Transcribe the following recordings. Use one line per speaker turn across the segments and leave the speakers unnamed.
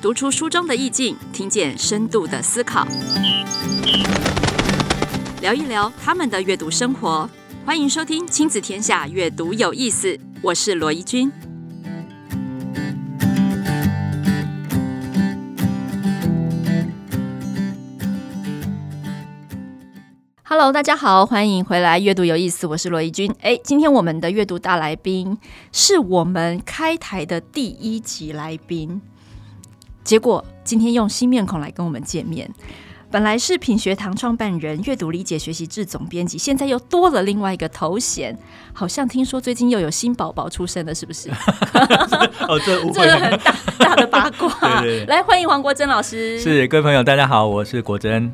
读出书中的意境，听见深度的思考，聊一聊他们的阅读生活。欢迎收听《亲子天下阅读有意思》，我是罗怡君。Hello，大家好，欢迎回来，阅读有意思，我是罗怡君。哎，今天我们的阅读大来宾是我们开台的第一集来宾，结果今天用新面孔来跟我们见面。本来是品学堂创办人、阅读理解学习志总编辑，现在又多了另外一个头衔，好像听说最近又有新宝宝出生了，是不 是？
哦，这误
这
会
个
了。
很大 大的八卦。
对对
来，欢迎黄国珍老师。，
是各位朋友，大家好，我是果真。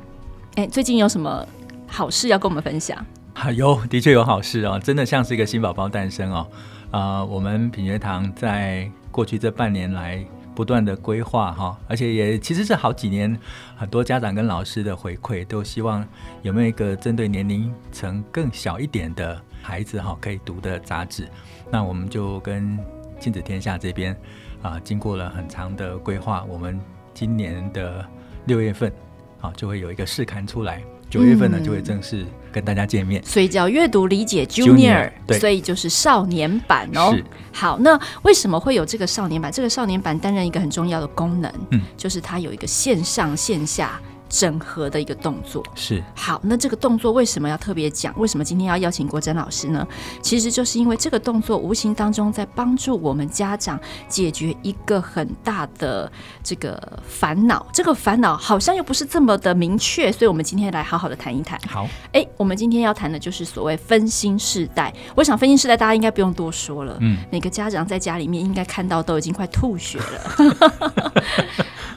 哎，最近有什么好事要跟我们分享？
啊有，的确有好事哦，真的像是一个新宝宝诞生哦。啊、我们品学堂在过去这半年来不断的规划哈、而且也其实是好几年，很多家长跟老师的回馈都希望有没有一个针对年龄层更小一点的孩子哈、可以读的杂志。那我们就跟亲子天下这边啊、经过了很长的规划，我们今年的六月份啊就会有一个试刊出来，九月份呢
嗯
就会正式跟大家见面。
所以叫阅读理解 Junior，,
Junior，对
所以就是少年版哦
是。
好，那为什么会有这个少年版？这个少年版担任一个很重要的功能，
嗯，
就是它有一个线上线下整合的一个动作。
是
好，那这个动作为什么要特别讲？为什么今天要邀请国珍老师呢？其实就是因为这个动作无形当中在帮助我们家长解决一个很大的这个烦恼。这个烦恼好像又不是这么的明确，所以我们今天来好好的谈一谈。
好，
哎，我们今天要谈的就是所谓分心世代。我想分心世代大家应该不用多说了，
嗯，
每个家长在家里面应该看到都已经快吐血了。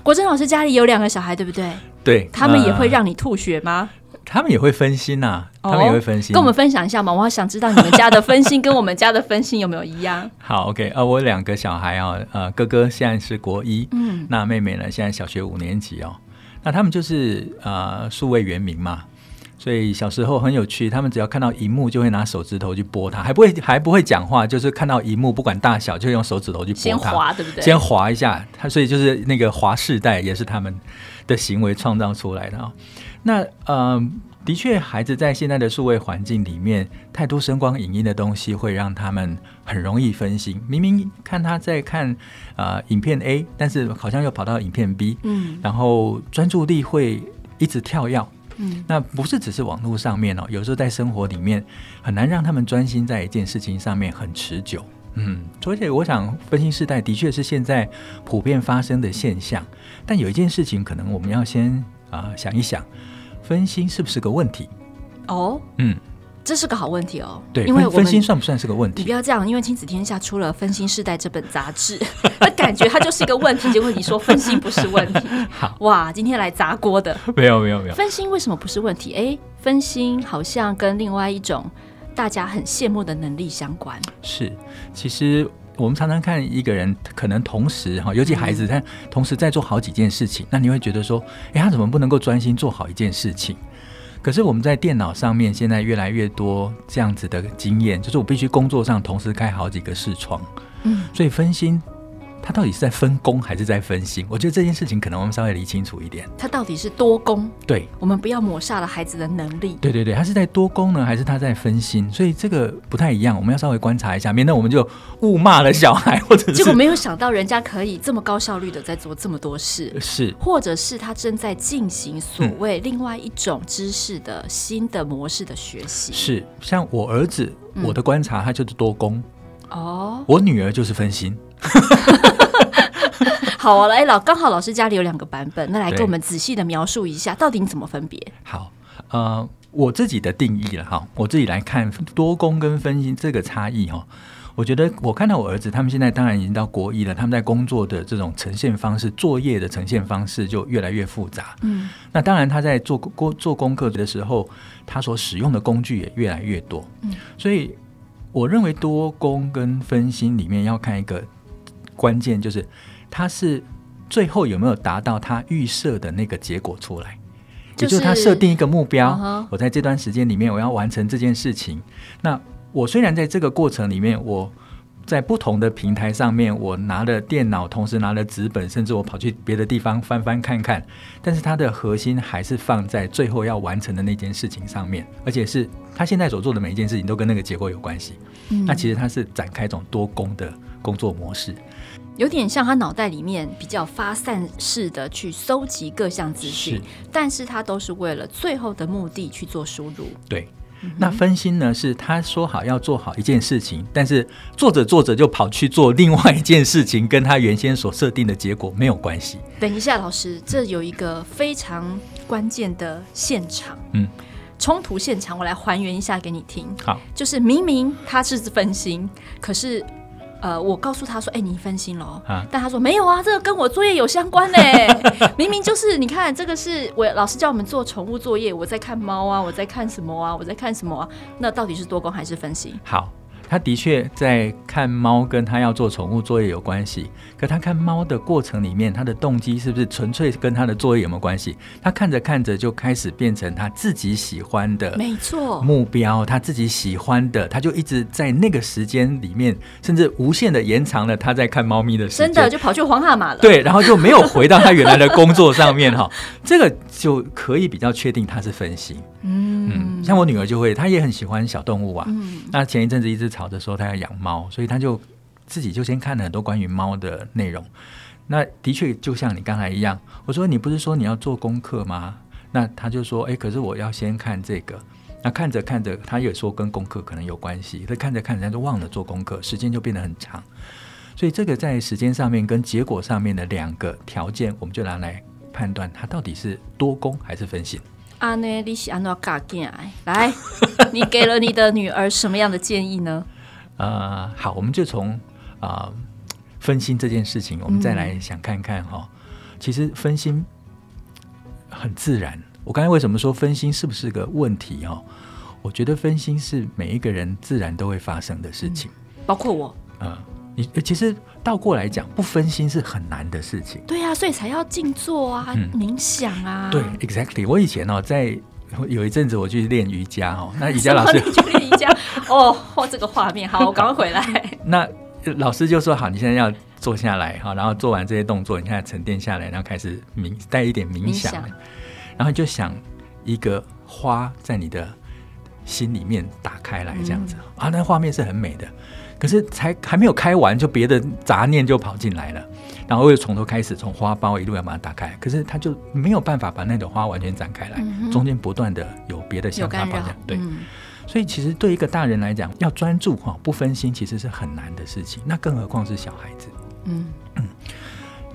国珍老师家里有两个小孩，对不对？
对，
他们也
呃
会让你吐血吗？
他们也会分心呐、
哦
呃他们也会分心。
跟我们分享一下嘛，我好想知道你们家的分心跟我们家的分心有没有一样？
好，OK，呃，我两个小孩啊、呃，哥哥现在是国一，
嗯，
那妹妹呢现在小学五年级哦。那他们就是呃数位原民嘛，所以小时候很有趣，他们只要看到荧幕就会拿手指头去拨它，还不会还不会讲话，就是看到荧幕不管大小就用手指头去拨它，
先滑，对不对？
先滑一下，他所以就是那个滑世代也是他们的行为创造出来的啊、那呃，的确，孩子在现在的数位环境里面，太多声光影音的东西会让他们很容易分心。明明看他在看呃影片 A，但是好像又跑到影片 B，
嗯
然后专注力会一直跳跃。
嗯，
那不是只是网络上面哦，有时候在生活里面很难让他们专心在一件事情上面很持久。嗯，所以我想分心世代的确是现在普遍发生的现象，但有一件事情可能我们要先啊、呃想一想，分心是不是个问题？
哦，
嗯，
这是个好问题哦。
对，
因为
分
我们
分心算不算是个问
你
题
不？要这样，因为《亲子天下》出了《分心世代》这本杂志， 那感觉它就是一个问题。结果你说分心不是问题，
好，
哇，今天来砸锅的。
没有没有没有，
分心为什么不是问题？哎，分心好像跟另外一种大家很羡慕的能力相关。
是，其实我们常常看一个人，可能同时哈，尤其孩
嗯
子，他同时在做好几件事情，那你会觉得说，诶，他怎么不能够专心做好一件事情？可是我们在电脑上面现在越来越多这样子的经验，就是我必须工作上同时开好几个视窗，
嗯，
所以分心，他到底是在分工还是在分心？我觉得这件事情可能我们稍微理清楚一点。
它到底是多功？
对，
我们不要抹杀了孩子的能力。
对对对，他是在多功呢，还是他在分心？所以这个不太一样，我们要稍微观察一下，免得我们就误骂了小孩，或者是
结果没有想到，人家可以这么高效率的在做这么多 事，
是
或者是他正在进行所
嗯
谓另外一种知识的新的模式的学习。
是，像我儿子，我的观察他就是多功，
哦，
我女儿就是分心。
好啊，来老刚好老师家里有两个版本，那来
对
跟我们仔细的描述一下，到底你怎么分别？
好，呃，我自己的定义了哈，我自己来看多功跟分心这个差异哈。我觉得我看到我儿子，他们现在当然已经到国一了，他们在工作的这种呈现方式、作业的呈现方式就越来越复杂。
嗯，
那当然，他在做功做功课的时候，他所使用的工具也越来越多。
嗯，
所以我认为多功跟分心里面要看一个关键，就是他是最后有没有达到他预设的那个结果出来。
就
也
是
就是他设定一个目标
嗯哼
我在这段时间里面我要完成这件事情。那我虽然在这个过程里面我在不同的平台上面，我拿了电脑，同时拿了纸本，甚至我跑去别的地方翻翻看看，但是它的核心还是放在最后要完成的那件事情上面，而且是他现在所做的每一件事情都跟那个结果有关系。
嗯
那其实它是展开一种多工的工作模式。
有点像他脑袋里面比较发散式的去搜集各项资讯
是，
但是他都是为了最后的目的去做输入。
对，
嗯
那分心呢？是他说好要做好一件事情，但是做着做着就跑去做另外一件事情，跟他原先所设定的结果没有关系。
等一下，老师，这有一个非常关键的现场，
嗯，
冲突现场，我来还原一下给你听。
好，
就是明明他是分心，可是。呃，我告诉他说：“哎、你分心了。
啊
但他说：“没有啊，这个跟我作业有相关呢。 明明就是你看，这个是我老师叫我们做宠物作业，我在看猫啊，我在看什么啊，我在看什么啊？那到底是多功还是分心？
好，他的确在看猫，跟他要做宠物作业有关系。可他看猫的过程里面，他的动机是不是纯粹跟他的作业有没有关系？他看着看着就开始变成他自己喜欢的
没错，
呃目标，他自己喜欢的，他就一直在那个时间里面，甚至无限的延长了他在看猫咪的时间。
真的就跑去黄蛤蟆了。
对，然后就没有回到他原来的工作上面哈，这个就可以比较确定他是分心。
嗯
嗯，像我女儿就会，她也很喜欢小动物啊。
嗯
那前一阵子一直吵着说她要养猫，所以她就自己就先看了很多关于猫的内容。那的确就像你刚才一样，我说你不是说你要做功课吗？那她就说，诶，可是我要先看这个。那看着看着，她也说跟功课可能有关系，可是看着看着她就忘了做功课，时间就变得很长。所以这个在时间上面跟结果上面的两个条件，我们就拿来判断它到底是多功还是分心。
阿内利西安诺嘎进来，来， 你给了你的女儿什么样的建议呢？
呃，好，我们就从啊、呃分心这件事情，我们再来想看看哈、其实分心很自然。我刚才为什么说分心是不是个问题哦？我觉得分心是每一个人自然都会发生的事情。
包括我，
呃，你其实倒过来讲，不分心是很难的事情。
对啊，所以才要静坐啊、
嗯
冥想啊。
对，exactly。我以前哦，在有一阵子我去练瑜伽哦，那瑜伽
什么
老师
你去练瑜伽哦，哦，这个画面，好，我赶快回来。
那呃老师就说好，你现在要坐下来哈，然后做完这些动作，你现在沉淀下来，然后开始冥带一点冥想，
冥想
然后你就想一个花在你的心里面打开来这样
嗯
子、啊，那画面是很美的。可是才还没有开完，就别的杂念就跑进来了，然后又从头开始，从花苞一路要把它打开，可是它就没有办法把那朵花完全展开来，
嗯哼
中间不断的有别的
有
想法
干
跑
扰
进来，，对，
嗯
所以其实对一个大人来讲，要专注哈，不分心其实是很难的事情，那更何况是小孩子。
嗯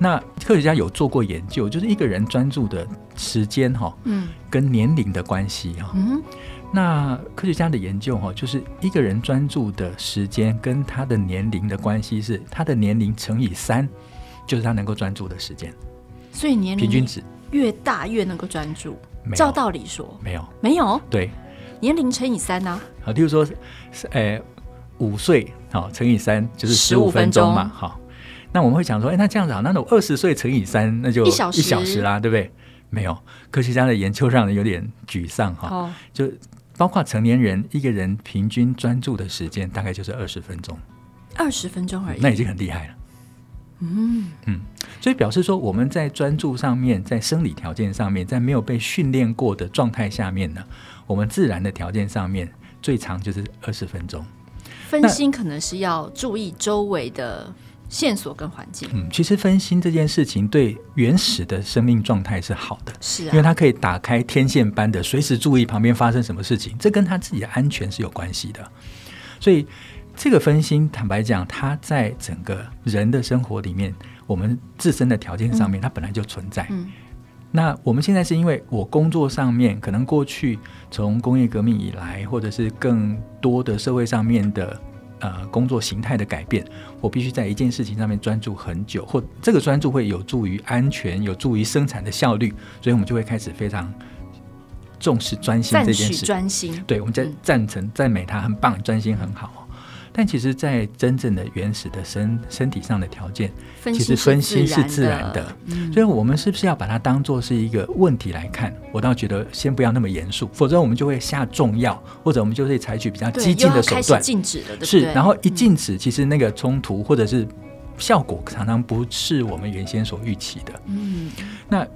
那科学家有做过研究，就是一个人专注的时间哈，
嗯
跟年龄的关系哈。
嗯，
那科学家的研究哈，就是一个人专注的时间跟他的年龄的关系是他的年龄乘以三，就是他能够专注的时间
所以年龄
平均值。
越大越能够专注
没。
嗯
有
照道理说，
没有
没有
对，
年龄乘以三呐、啊，
好，例如说，是呃，五岁好、乘以三就是十
15
五分钟嘛，
分钟
好、那我们会想说，哎，那这样子好，那我二十岁乘以三，那就
一小时
啦，对不对？没有，科学家的研究让人有点沮丧哈、
哦，
就包括成年人一个人平均专注的时间大概就是二十分钟，
二十分钟而已。
那已经很厉害了。
哎嗯
嗯，所以表示说我们在专注上面，在生理条件上面，在没有被训练过的状态下面呢，我们自然的条件上面最长就是二十分钟。
分心可能是要注意周围的线索跟环境。
嗯，其实分心这件事情对原始的生命状态是好的，
是
因为
啊，
它可以打开天线般的随时注意旁边发生什么事情，这跟他自己的安全是有关系的。所以这个分心，坦白讲，它在整个人的生活里面，我们自身的条件上面，它本来就存在。
嗯
那我们现在是因为我工作上面，可能过去从工业革命以来，或者是更多的社会上面的呃工作形态的改变，我必须在一件事情上面专注很久，或这个专注会有助于安全，有助于生产的效率，所以我们就会开始非常重视专心
赞
这件
许
事。
专心。
对，我们在
嗯
赞成赞美他很棒，专心很好哦。但其实，在真正的原始的身身体上的条件，
分
其
析
实分析是自然的，
嗯
所以我们是不是要把它当做是一个问题来看？我倒觉得先不要那么严肃，否则我们就会下重药，或者我们就会采取比较
对
激进
又
的
要
手
开始
段。
禁止了，对嗯不对？
是，然后一禁止，其实那个冲突或者是效果常常不是我们原先所预期的。
嗯，
那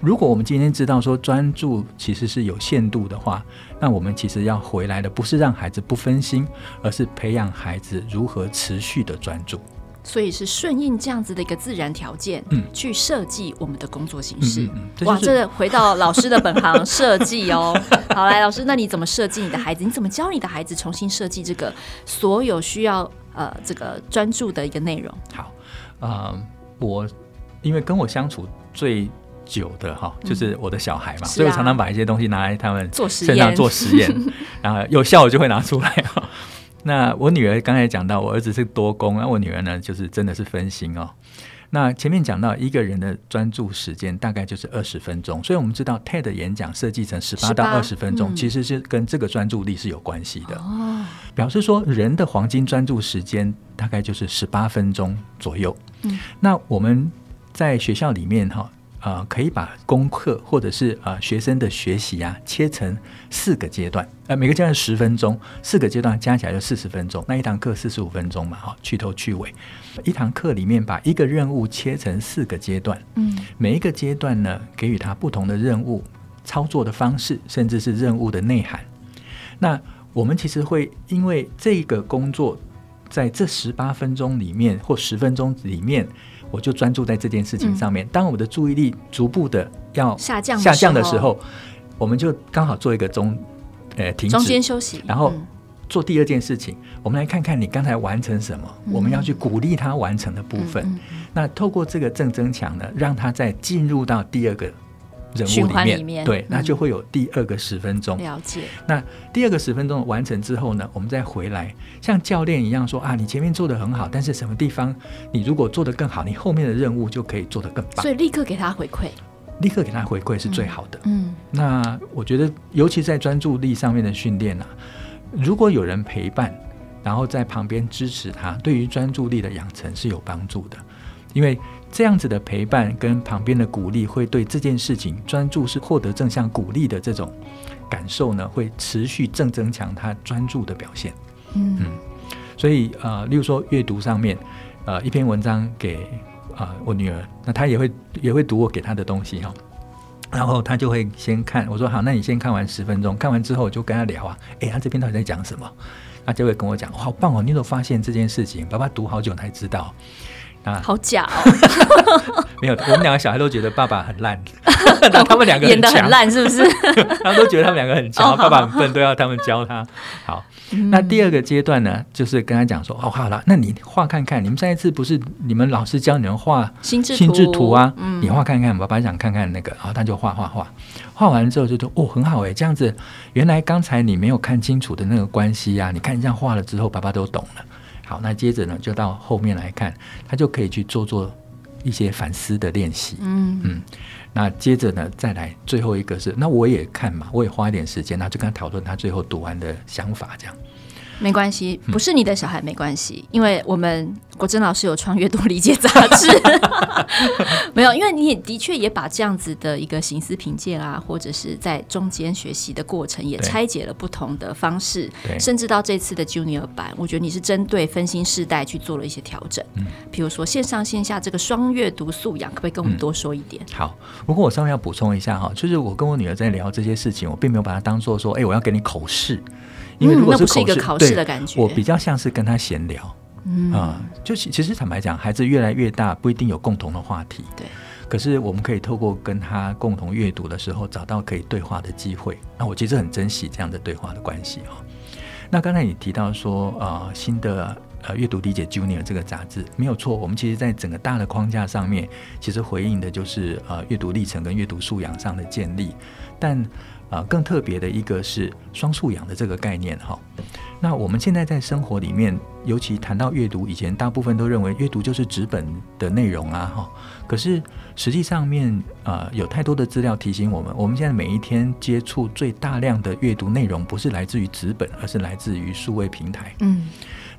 如果我们今天知道说专注其实是有限度的话，那我们其实要回来的不是让孩子不分心，而是培养孩子如何持续的专注。
所以是顺应这样子的一个自然条件，
嗯
去设计我们的工作形式。
嗯嗯嗯
哇，
这就是
这回到老师的本行设计 哦。好，来，老师，那你怎么设计你的孩子？你怎么教你的孩子重新设计这个所有需要呃这个专注的一个内容？
好，呃，我因为跟我相处最久的哈，就是我的小孩嘛，
嗯是
所以我
啊
常常把一些东西拿来他们
做实
身上
验，
做实 验，然后有效我就会拿出来哈。那我女儿刚才讲到，我儿子是多功，那我女儿呢，就是真的是分心哦。那前面讲到一个人的专注时间大概就是二十分钟，所以我们知道 TED 演讲设计成十八到二十
18
分钟，
嗯
其实是跟这个专注力是有关系的。
哦，
表示说人的黄金专注时间大概就是十八分钟左右。
嗯，
那我们在学校里面哈。呃，可以把功课或者是呃学生的学习啊，切成四个阶段，呃，每个阶段十分钟，四个阶段加起来就四十分钟，那一堂课四十五分钟嘛，哈、去头去尾，一堂课里面把一个任务切成四个阶段，
嗯，
每一个阶段呢，给予他不同的任务、操作的方式，甚至是任务的内涵。那我们其实会因为这个工作，在这十八分钟里面或十分钟里面，我就专注在这件事情上面。当我的注意力逐步的要
嗯下降
下降的时
时候，
候，我们就刚好做一个中，呃，停
中
止
间休息，
然后
嗯
做第二件事情。我们来看看你刚才完成什么，
嗯
我们要去鼓励他完成的部分。
嗯嗯
那透过这个正增强呢，让他再进入到第二个人物
循
里
环
面，
里面
对
嗯，
那就会有第二个十分钟。
嗯了解，
那第二个十分钟完成之后呢，我们再回来，像教练一样说啊，你前面做的很好，但是什么地方你如果做得更好，你后面的任务就可以做得更棒
所，以立刻给他回馈，
立刻给他回馈是最好的。
嗯，
那我觉得，尤其在专注力上面的训练啊，如果有人陪伴，然后在旁边支持他，对于专注力的养成是有帮助的。因为这样子的陪伴跟旁边的鼓励，会对这件事情专注是获得正向鼓励的这种感受呢，会持续正增强他专注的表现。
嗯
所以呃，例如说阅读上面，呃，一篇文章给呃我女儿，那她也会也会读我给她的东西哈、然后她就会先看，我说好，那你先看完十分钟，看完之后我就跟她聊啊，诶，她这篇到底在讲什么？她就会跟我讲，哇，好棒哦，你有没有发现这件事情？爸爸读好久才知道。啊，
好假哦，
没有，我们两个小孩都觉得爸爸很烂， 那他们两个
演
很
的很
强，
烂，是不是？
他们都觉得他们两个很
哦
强，
好嗯
爸爸很笨，都要他们教他。好，那第二个阶段呢，就是跟他讲说，哦，好了，那你画看看，你们上一次不是你们老师教你们画
心智
心智图啊，
嗯，
你画看看，爸爸想看看那个，然后他就画画画，画完之后就说，哦，很好诶，这样子，原来刚才你没有看清楚的那个关系呀、啊，你看这样画了之后，爸爸都懂了。好，那接着呢，就到后面来看，他就可以去做做一些反思的练习。
嗯
嗯，那接着呢，再来最后一个是，那我也看嘛，我也花一点时间，那就跟他讨论他最后读完的想法，这样。
没关系，
嗯
不是你的小孩没关系，因为我们国珍老师有创阅读理解杂 志，没有，因为你也的确也把这样子的一个形思评鉴啊，或者是在中间学习的过程，也
对
拆解了不同的方式，
对
甚至到这次的 Junior 版，我觉得你是针对分心世代去做了一些调整，嗯，比如说线上线下这个双阅读素养，可不可以跟我们多说一点？
好，不过我稍微要补充一下哈，就是我跟我女儿在聊这些事情，我并没有把它当做说，哎、我要给你口试，因为
嗯
如果
那不
口试，
是一个考试
对
的感觉
我比较像是跟她闲聊。嗯啊、就其其实坦白讲，孩子越来越大，不一定有共同的话题。
对，
可是我们可以透过跟他共同阅读的时候，找到可以对话的机会。那我其实很珍惜这样的对话的关系哦。那刚才你提到说，呃，新的呃阅读理解 Junior 这个杂志没有错，我们其实在整个大的框架上面，其实回应的就是呃阅读历程跟阅读素养上的建立，但呃更特别的一个是双素养的这个概念哈、那我们现在在生活里面，尤其谈到阅读，以前大部分都认为阅读就是纸本的内容啊，哈。可是实际上面，呃，有太多的资料提醒我们，我们现在每一天接触最大量的阅读内容，不是来自于纸本，而是来自于数位平台。
嗯，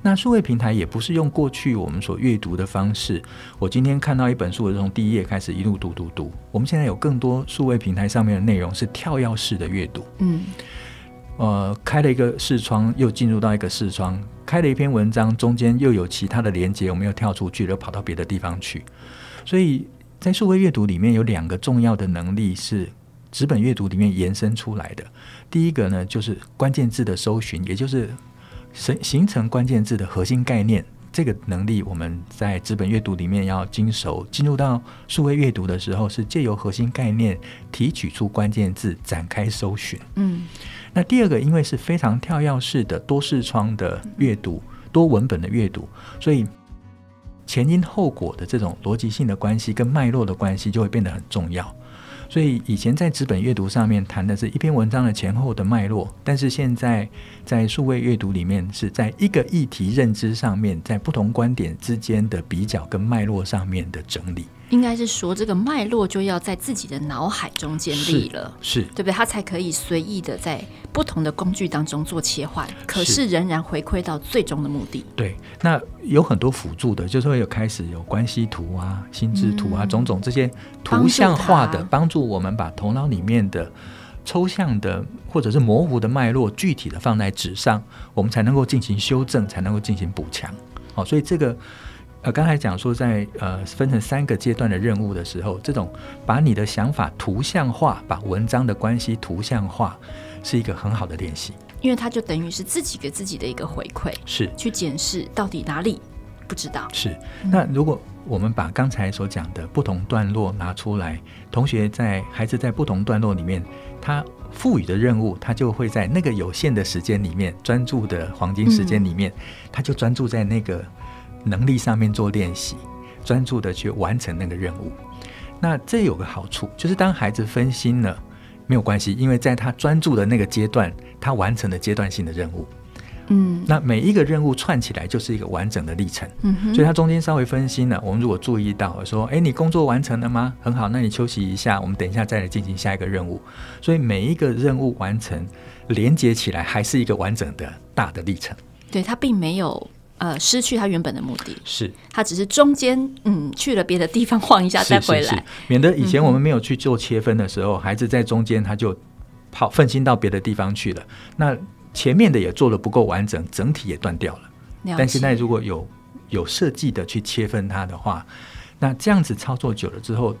那数位平台也不是用过去我们所阅读的方式，我今天看到一本书，我就从第一页开始一路读读读。我们现在有更多数位平台上面的内容是跳跃式的阅读，
嗯
呃，开了一个视窗，又进入到一个视窗，开了一篇文章，中间又有其他的连接，我们又跳出去，又跑到别的地方去。所以在数位阅读里面有两个重要的能力是纸本阅读里面延伸出来的。第一个呢，就是关键字的搜寻，也就是形形成关键字的核心概念。这个能力我们在纸本阅读里面要精熟，进入到数位阅读的时候，是借由核心概念提取出关键字，展开搜寻。
嗯
那第二个，因为是非常跳跃式的多视窗的阅读、多文本的阅读，所以前因后果的这种逻辑性的关系跟脉络的关系就会变得很重要。所以以前在纸本阅读上面谈的是一篇文章的前后的脉络，但是现在在数位阅读里面是在一个议题认知上面，在不同观点之间的比较跟脉络上面的整理。
应该是说这个脉络就要在自己的脑海中建立了。
是
对不对？它才可以随意的在不同的工具当中做切换，可是仍然回馈到最终的目的。
对，那有很多辅助的，就是会有开始有关系图啊、心智图啊、
嗯
种种这些
帮
图
助
像化的
他，
帮助我们把头脑里面的抽象的或者是模糊的脉络具体的放在纸上，我们才能够进行修正，才能够进行补强。好、所以这个呃，刚才讲说在呃分成三个阶段的任务的时候，这种把你的想法图像化，把文章的关系图像化，是一个很好的练习。
因为它就等于是自己给自己的一个回馈，
是。
去检视到底哪里不知道。
是，那如果我们把刚才所讲的不同段落拿出来，同学在孩子在不同段落里面，他赋予的任务，他就会在那个有限的时间里面，专注的黄金时间里面，他就专注在那个能力上面做练习，专注的去完成那个任务。那这有个好处，就是当孩子分心了，没有关系，因为在他专注的那个阶段，他完成了阶段性的任务。
嗯
那每一个任务串起来就是一个完整的历程。
嗯
所以
哼，
它中间稍微分心了。我们如果注意到说，诶，你工作完成了吗？很好，那你休息一下，我们等一下再来进行下一个任务。所以每一个任务完成，连接起来还是一个完整的大的历程。
对，它并没有呃失去它原本的目的，
是，
它只是中间嗯去了别的地方晃一下再回来。嗯
是是是免得以前我们没有去做切分的时候，孩子在中间他就跑分心到别的地方去了。那前面的也做的不够完整，整体也断掉了。
了
但
解
现在如果有有设计的去切分它的话，那这样子操作久了之后，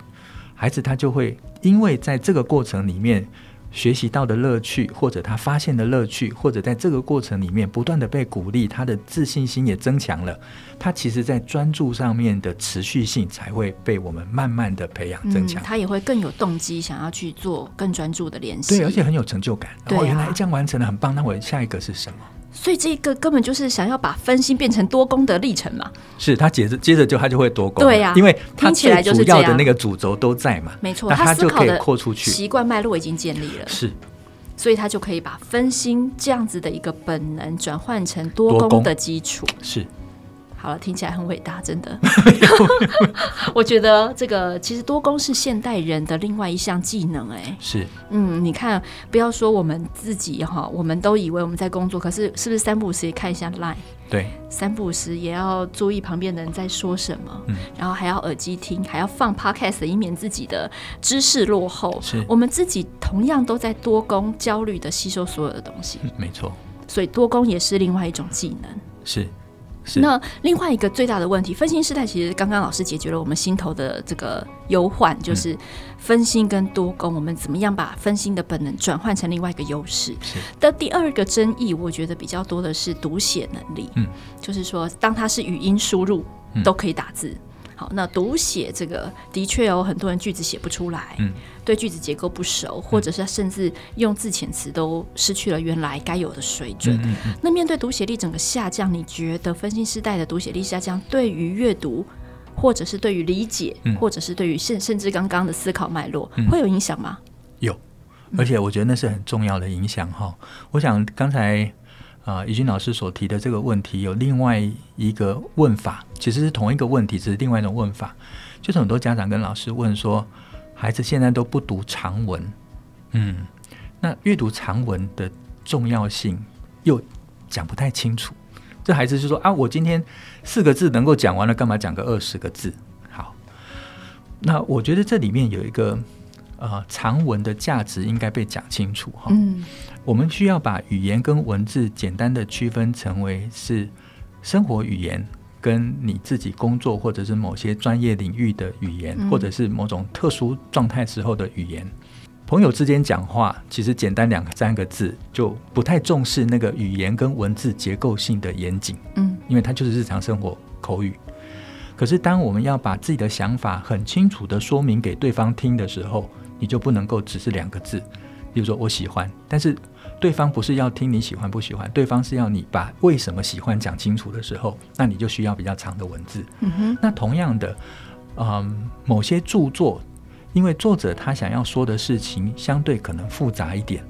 孩子他就会因为在这个过程里面学习到的乐趣，或者他发现的乐趣，或者在这个过程里面不断的被鼓励，他的自信心也增强了。他其实在专注上面的持续性才会被我们慢慢的培养增
嗯，
强。
它也会更有动机想要去做更专注的联系。
对，而且很有成就感。
对
哦，
啊
原来这样完成了，很棒。那我下一个是什么？
所以这个根本就是想要把分心变成多功的历程嘛。
是他接着接着就他就会多功了，
对呀
因为他
听起来
最
就是
主
这
要的
样
那个主轴都在嘛，
没错，
那他
思
就
考
可以
的
扩出去，
习惯脉络已经建立了，
是
所以他就可以把分心这样子的一个本能转换成
多
多
功
功的基础。
是
好了，听起来很伟大，真的。我觉得这个其实多功是现代人的另外一项技能、哎，
是
嗯，你看，不要说我们自己哈，我们都以为我们在工作，可是是不是三不五时也看一下 Line？
对，
三不五时也要注意旁边的人在说什么，
嗯
然后还要耳机听，还要放 podcast，以免自己的知识落后。
是
我们自己同样都在多功焦虑的吸收所有的东西，
嗯没错，
所以多功也是另外一种技能。
是是
那另外一个最大的问题，分心时代其实刚刚老师解决了我们心头的这个忧患，
嗯
就是分心跟多功，我们怎么样把分心的本能转换成另外一个优势。
是
的第二个争议，我觉得比较多的是读写能力，
嗯，
就是说当它是语音输入
嗯
都可以打字。好，那读写这个的确有很多人句子写不出来，
嗯，
对句子结构不熟，或者是甚至用字遣词都失去了原来该有的水准。
嗯嗯
那面对读写力整个下降，你觉得分心时代的读写力下降对于阅读，或者是对于理解，
嗯
或者是对于甚甚至刚刚的思考脉络，
嗯
会有影响吗？
有，而且我觉得那是很重要的影响哈。我想刚才啊，怡、君老师所提的这个问题，有另外一个问法，其实是同一个问题，只是另外一种问法。就是很多家长跟老师问说，孩子现在都不读长文，嗯，那阅读长文的重要性又讲不太清楚，这孩子就说啊，我今天四个字能够讲完了，干嘛讲个二十个字？好，那我觉得这里面有一个呃长文的价值应该被讲清楚哈。
嗯
我们需要把语言跟文字简单的区分成为是生活语言跟你自己工作或者是某些专业领域的语言，
嗯
或者是某种特殊状态时候的语言。朋友之间讲话，其实简单两个三个字就不太重视那个语言跟文字结构性的严谨。
嗯
因为它就是日常生活口语。可是，当我们要把自己的想法很清楚的说明给对方听的时候，你就不能够只是两个字，比如说我喜欢，但是对方不是要听你喜欢不喜欢，对方是要你把为什么喜欢讲清楚的时候，那你就需要比较长的文字。
嗯哼
那同样的，嗯，某些著作，因为作者他想要说的事情相对可能复杂一点，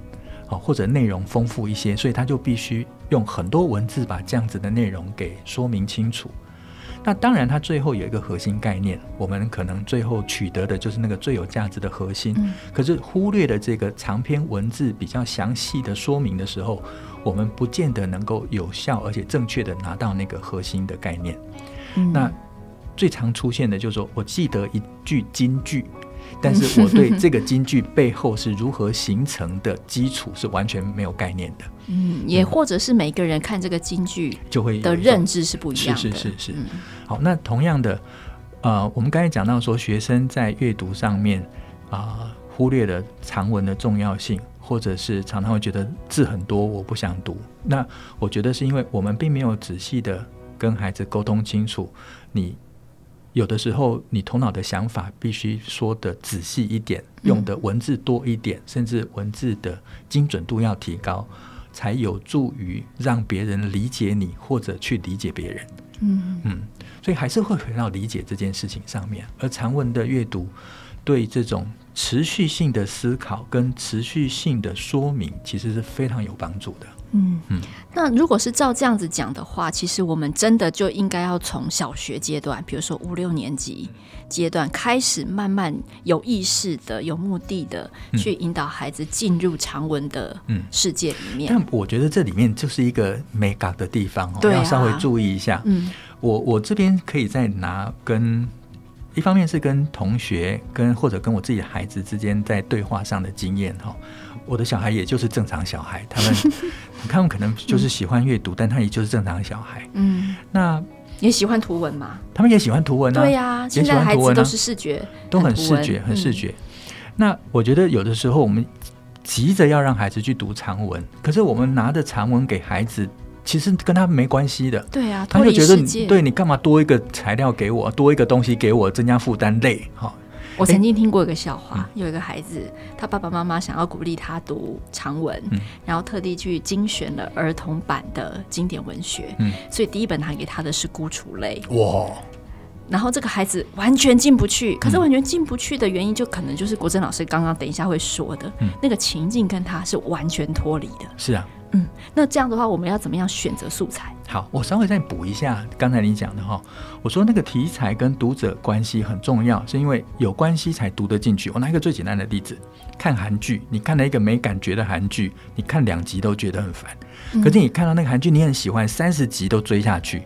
好、或者内容丰富一些，所以他就必须用很多文字把这样子的内容给说明清楚。那当然，它最后有一个核心概念，我们可能最后取得的就是那个最有价值的核心。
嗯
可是忽略了这个长篇文字比较详细的说明的时候，我们不见得能够有效而且正确的拿到那个核心的概念。
嗯
那最常出现的就是说我记得一句金句，但 是我对这个金句背后是如何形成的基础是完全没有概念的，
嗯，也或者是每个人看这个京剧
就会有
的
一种
认知是不一样的。
是是是是
嗯，
好，那同样的，呃，我们刚才讲到说，学生在阅读上面啊、忽略了长文的重要性，或者是常常会觉得字很多，我不想读。那我觉得是因为我们并没有仔细的跟孩子沟通清楚，你。有的时候，你头脑的想法必须说的仔细一点，
嗯
用的文字多一点，甚至文字的精准度要提高，才有助于让别人理解你，或者去理解别人。
嗯
嗯，所以还是会回到理解这件事情上面。而长文的阅读，对这种持续性的思考跟持续性的说明，其实是非常有帮助的。
嗯
嗯
那如果是照这样子讲的话，其实我们真的就应该要从小学阶段，比如说五六年级阶段开始，慢慢有意识的、有目的的
嗯
去引导孩子进入长文的
嗯
世界里面。
但我觉得这里面就是一个美感的地方哦，
对啊
要稍微注意一下。
嗯
我我这边可以再拿跟一方面是跟同学跟或者跟我自己的孩子之间在对话上的经验哈、我的小孩也就是正常小 孩，他们他们可能就是喜欢阅读，但他也就是正常小孩。
嗯，
那
也喜欢图文嘛？
他们也喜欢图文啊，
对呀、现
也喜
在的
欢
孩
图
子
文
都
啊，
是视觉，
都很
图
视
文
觉，很视
嗯
觉。那我觉得有的时候我们急着要让孩子去读长文，可是我们拿着长文给孩子，其实跟他没关系的。
对啊，
他
脱
就
离
觉
世
得你
界。
对你干嘛多一个材料给我，多一个东西给我，增加负担累哈、
我曾经听过一个笑话，
嗯
有一个孩子，他爸爸妈妈想要鼓励他读长文，
嗯
然后特地去精选了儿童版的经典文学，
嗯
所以第一本他给他的是《孤雏类》，
哇，
然后这个孩子完全进不去，
嗯
可是完全进不去的原因，就可能就是国珍老师刚刚等一下会说的，
嗯
那个情境跟他是完全脱离的。
是啊，
嗯，那这样的话，我们要怎么样选择素材？
好，我稍微再补一下刚才你讲的哈、我说那个题材跟读者关系很重要，是因为有关系才读得进去。我拿一个最简单的例子，看韩剧，你看了一个没感觉的韩剧，你看两集都觉得很烦，
嗯
可是你看到那个韩剧，你很喜欢，三十集都追下去，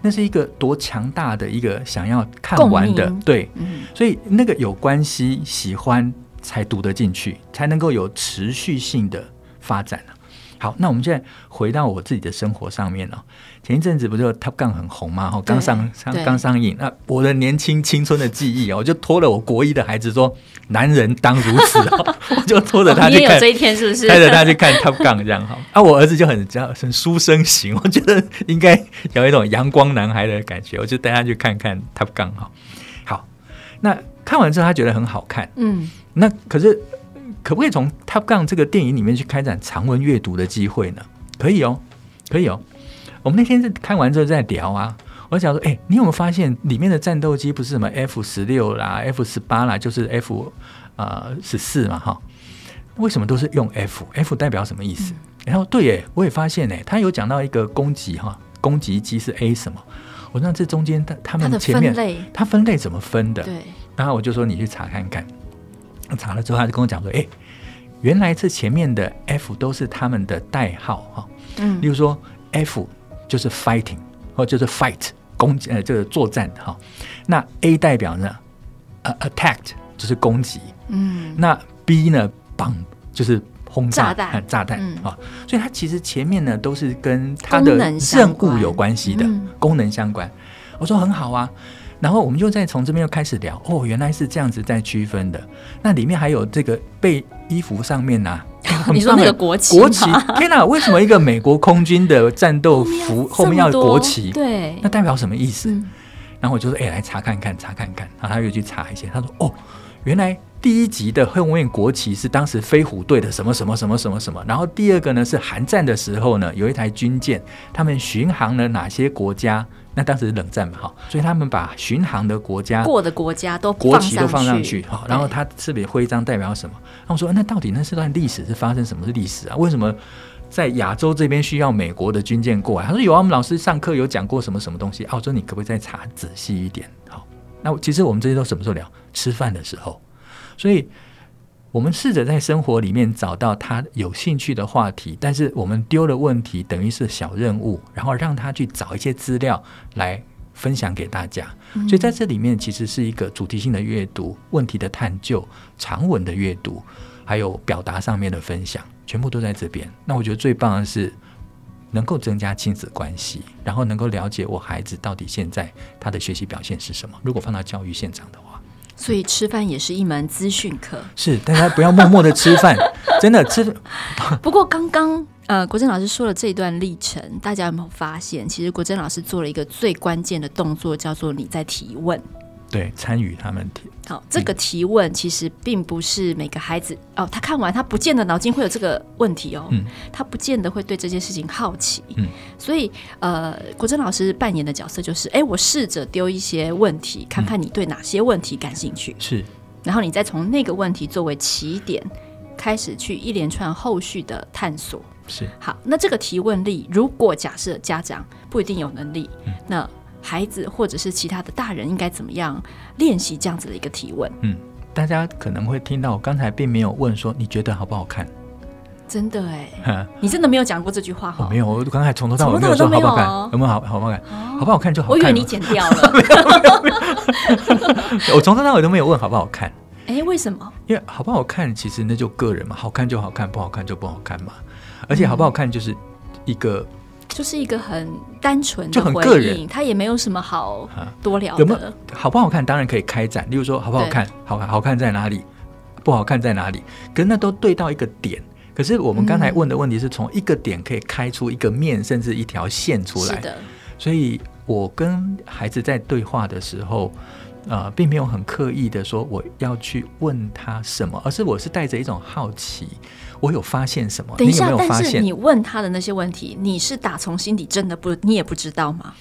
那是一个多强大的一个想要看完的
共鸣，
对，
嗯
所以那个有关系，喜欢才读得进去，才能够有持续性的发展啊好，那我们现在回到我自己的生活上面了。前一阵子不就 Top Gun 很红嘛，哈，刚上上
对
刚上映。那我的年轻青春的记忆啊，我就拖了我国一的孩子说：“男人当如此。”啊 我就拖着
哦
他
你
去
也有
看
这，一天是不是？
带着他去看 Top Gun 这样哈。啊，我儿子就很这样很书生型，我觉得应该有一种阳光男孩的感觉，我就带他去看看 Top Gun 哈。好，那看完之后他觉得很好看，
嗯，
那可是呃可不可以从 Top Gun 这个电影里面去开展长文阅读的机会呢？可以哦，可以哦。我们那天在看完之后在聊啊。我想说，哎、你有没有发现里面的战斗机不是什么 F 十六啦、F 十八啦，就是 F 呃十四嘛，哈？为什么都是用 F？F 代表什么意
嗯
思？然后对耶，我也发现呢，他有讲到一个攻击哈，攻击机是 A 什么？我知道这中间他他
它
们
的
前
分
面啊
类，
他分类怎么分的？
对，
然后我就说你去查看看。查了之后，他就跟我讲说，诶，原来这前面的 F 都是他们的代号哈、
嗯
例如说 F 就是 fighting，或就是 fight 攻击呃这个作战哈、那 A 代表呢，呃 attacked 就是攻击，
嗯，
那 B 呢，bomb 就是轰炸
炸弹
呃炸弹啊、
嗯
所以它其实前面呢都是跟它的
功能相
任务
关
有关系的
嗯
功能相关。我说很好啊，然后我们就再从这边又开始聊哦，原来是这样子在区分的。那里面还有这个被衣服上面呐、很
你说那
棒
个
哎
国旗吗
国旗，天哪！为什么一个美国空军的战斗服后面要
这
有
么多
国旗？
对
那，代表什么意思？
嗯
然后我就说，哎、来查看看，查看看。然后他又去查一些，他说，哦，原来第一集的后面国旗是当时飞虎队的什么什么什么什么什么。然后第二个呢是韩战的时候呢，有一台军舰，他们巡航了哪些国家？那当时是冷战嘛，哈，所以他们把巡航的国家。
过的国家都
国旗都放上去
去，
哈，然后
对
它是不是徽章代表什么？然后我说，那到底那是段历史是发生什么历史啊？为什么在亚洲这边需要美国的军舰过来？他说有啊，我们老师上课有讲过什么什么东西。啊，我说你可不可以再查仔细一点？好，那其实我们这些都什么时候聊？吃饭的时候，所以。我们试着在生活里面找到他有兴趣的话题，但是我们丢了问题，等于是小任务，然后让他去找一些资料来分享给大家。所以在这里面其实是一个主题性的阅读、问题的探究、长文的阅读，还有表达上面的分享，全部都在这边。那我觉得最棒的是能够增加亲子关系，然后能够了解我孩子到底现在他的学习表现是什么。如果放到教育现场的话。
所以吃饭也是一门资讯课。
是，大家不要默默的吃饭，真的吃
不过刚刚呃，国珍老师说了这一段历程，大家有没有发现？其实国珍老师做了一个最关键的动作，叫做你在提问。
对参与他们提
好，这个提问其实并不是每个孩子哦，他看完他不见得脑筋会有这个问题哦，
嗯
他不见得会对这件事情好奇，
嗯
所以呃，国珍老师扮演的角色就是，哎，我试着丢一些问题，看看你对哪些问题感兴趣，
是
然后你再从那个问题作为起点，开始去一连串后续的探索。
是
好，那这个提问力，如果假设家长不一定有能力，
嗯
那孩子或者是其他的大人应该怎么样练习这样子的一个提问？
嗯，大家可能会听到我刚才并没有问说你觉得好不好看，
真的哎，
哈
你真的没有讲过这句话
我
哈？
没有，我刚才从头到尾
哦从
没
头
有
到尾
说好不好看
都没有哦，哦
有没有好好不好看，好不好看就好
我以为
看
你
嘛。
剪掉 了。
我从头到尾都没有问好不好看，
哎，为什么？
因为好不好看其实那就个人嘛，好看就好看，不好看就不好看嘛。而且好
嗯
不好看就是一个
就是一个很单纯
就
的
很
回
个
应，
人
他也没有什么好
啊
多聊
有没有
的。
好不好看？当然可以开展，例如说好不好看，好看好看在哪里，不好看在哪里，可是那都对到一个点。可是我们刚
嗯
才问的问题是从一个点可以开出一个面，甚至一条线出
是
来。
的，
所以我跟孩子在对话的时候，呃，并没有很刻意的说我要去问他什么，而是我是带着一种好奇，我有发现什么？
等一
你有
下
没，有发
但是
现？
你问他的那些问题，你是打从心底真的不，你也不知道吗？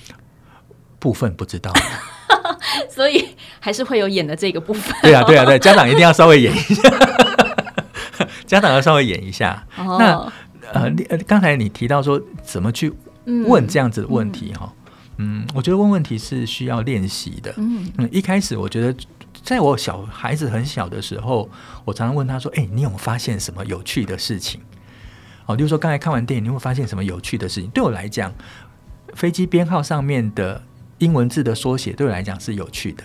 部分不知道。
所以还是会有演的这个部分。
对啊，对啊，对，家长一定要稍微演一下， 家长要稍微演一下。那
哦，
呃，你呃刚才你提到说怎么去
嗯
问这样子的问题哈，嗯我觉得问问题是需要练习的。
嗯，
嗯，一开始我觉得，在我小孩子很小的时候，我常常问他说：“哎、你有没有发现什么有趣的事情？”哦，例如说刚才看完电影，你有没有发现什么有趣的事情？对我来讲，飞机编号上面的英文字的缩写对我来讲是有趣的。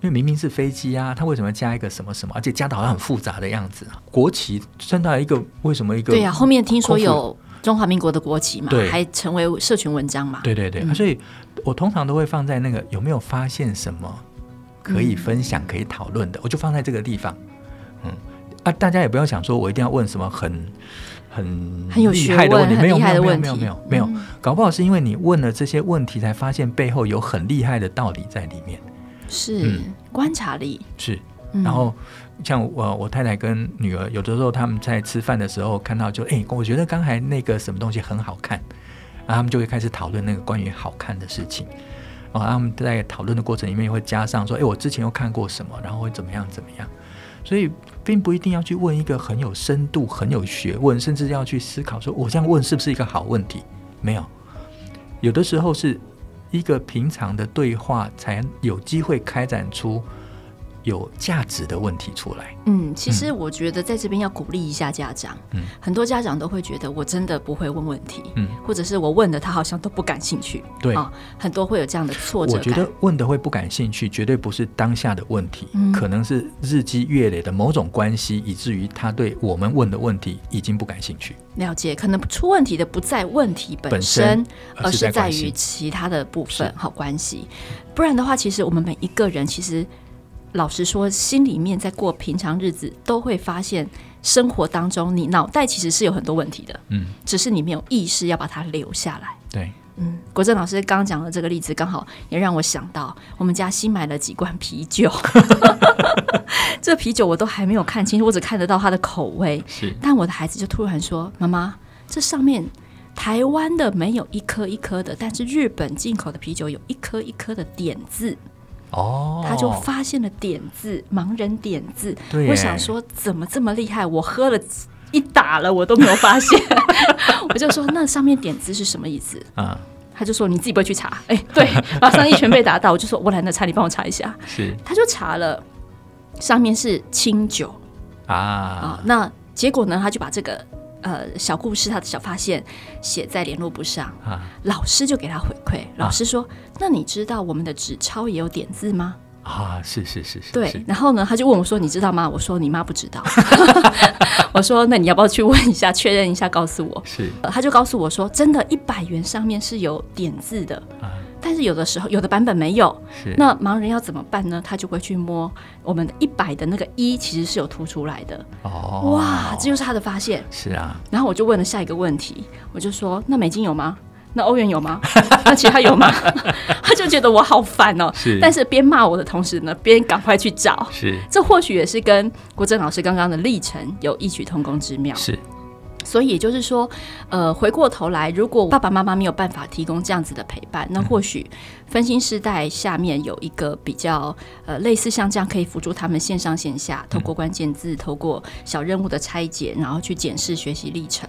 因为明明是飞机啊，它为什么加一个什么什么，而且加的好像很复杂的样子啊？国旗升到一个为什么一 个
对呀、后面听说
空腹
有中华民国的国旗嘛，
对
还成为社群文章嘛。
对对对，
嗯
所以我通常都会放在那个有没有发现什么可以分享、可以讨论的，我就放在这个地方。嗯啊，大家也不要想说我一定要问什么很很
很有
厉
学
害的
问
问题，
很
没有
厉
没
害
有
的
没有
问
没有
题嗯
没有没有，搞不好是因为你问了这些问题，才发现背后有很厉害的道理在里面。
是、
嗯
观察力。
是，
嗯
然后像我我太太跟女儿，有的时候他们在吃饭的时候看到就，诶，我觉得刚才那个什么东西很好看，然后他们就会开始讨论那个关于好看的事情。哦，然后他们在讨论的过程里面会加上说，诶，我之前又看过什么，然后会怎么样怎么样。所以并不一定要去问一个很有深度、很有学问，甚至要去思考说，我这样问是不是一个好问题？没有，有的时候是一个平常的对话，才有机会开展出有价值的问题出来。
嗯，其实我觉得在这边要鼓励一下家长，
嗯
很多家长都会觉得我真的不会问问题，
嗯，
或者是我问的他好像都不感兴趣，
对，
啊，很多会有这样的挫折
我
感。
觉得问的会不感兴趣，绝对不是当下的问题，
嗯
可能是日积月累的某种关系，以至于他对我们问的问题已经不感兴趣。
了解，可能出问题的不在问题本身，
本身而
而
是
是
在
在
关系
于其他的部分
是
好关系。不然的话，其实我们每一个人，其实老实说，心里面在过平常日子，都会发现生活当中，你脑袋其实是有很多问题的，
嗯，
只是你没有意识要把它留下来。
对，
嗯，国政老师刚讲的这个例子，刚好也让我想到，我们家新买了几罐啤酒， 这啤酒我都还没有看清楚，我只看得到它的口味。
是
但我的孩子就突然说：“妈妈，这上面台湾的没有一颗一颗的，但是日本进口的啤酒有一颗一颗的点字。”
哦，
他就发现了点字，盲人点字。
对耶
我想说怎么这么厉害？我喝了一打了，我都没有发现。 我就说那上面点字是什么意思？
啊、
他就说你自己不会去查，哎、对，马上一拳被打到，我就说我懒得查，你帮我查一下。
是
他就查了，上面是清酒
啊
啊、那结果呢，他就把这个呃小故事他的小发现写在联络簿上，
啊
老师就给他回馈，老师说、那你知道我们的纸钞也有点字吗？
啊，是是是是，
对
是，
然后呢，他就问我说：“你知道吗？”我说：“你妈不知道。”我说：“那你要不要去问一下，确认一下，告诉我。
是
呃”他就告诉我说：“真的，一百元上面是有点字的，
啊
但是有的时候有的版本没有。
是
那盲人要怎么办呢？他就会去摸我们的一百的那个一，其实是有凸出来的。
哦，
哇，这就是他的发现。
是啊，
然后我就问了下一个问题，我就说：“那美金有吗？那欧元有吗？ 那其他有吗？” 他就觉得我好烦哦。
是
但是边骂我的同时呢，边赶快去找。
是
这或许也是跟国珍老师刚刚的历程有异曲同工之妙。
是
所以也就是说，呃，回过头来，如果爸爸妈妈没有办法提供这样子的陪伴，那或许分心世代下面有一个比较呃类似像这样可以辅助他们线上线下，透过关键字，透过小任务的拆解，然后去检视学习历程，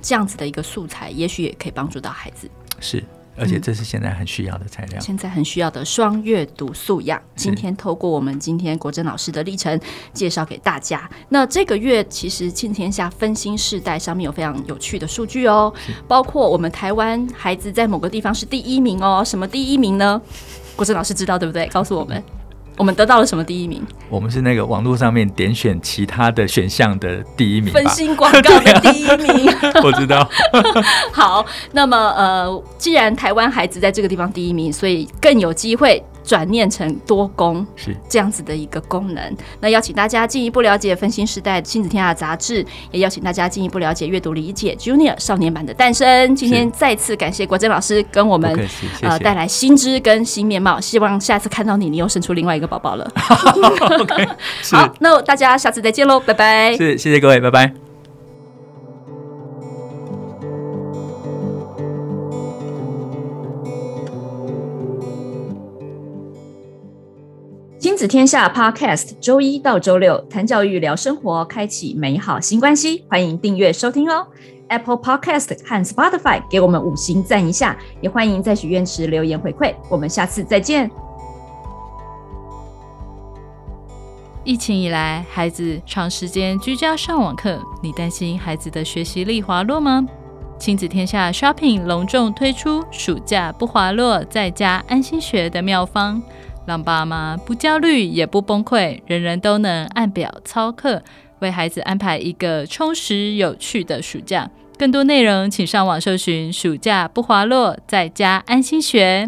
这样子的一个素材，也许也可以帮助到孩子。
是，而且这是现在很需要的材料。
现在很需要的双阅读素养。今天透过我们今天国珍老师的历程介绍给大家。那这个月其实《庆天下》分心世代上面有非常有趣的数据哦，包括我们台湾孩子在某个地方是第一名哦。什么第一名呢？国珍老师知道对不对？告诉我们，我们得到了什么第一名？
我们是那个网络上面点选其他的选项的第一名吧
分，心广告的第一名。
我知道。
好，那么呃，既然台湾孩子在这个地方第一名，所以更有机会转念成多功。
是
这样子的一个功能。那邀请大家进一步了解《分心时代》亲子天下杂志，也邀请大家进一步了解阅读理解 Junior 少年版的诞生。今天再次感谢国珍老师跟我们
不客气谢谢
呃带来新知跟新面貌，希望下次看到你，你又生出另外一个宝宝了。
是
好，那大家下次再见喽，拜拜。
是，谢谢各位，拜拜。
亲子天下 Podcast，周一到周六谈教育、聊生活，开启美好新关系。欢迎订阅收听哦。Apple Podcast 和 Spotify 给我们五星赞一下，也欢迎在许愿池留言回馈。我们下次再见。
疫情以来，孩子长时间居家上网课，你担心孩子的学习力滑落吗？亲子天下 Shopping 隆重推出暑假不滑落，在家安心学的妙方，让爸妈不焦虑也不崩溃，人人都能按表操课，为孩子安排一个充实有趣的暑假。更多内容请上网搜寻“暑假不滑落，在家安心学”。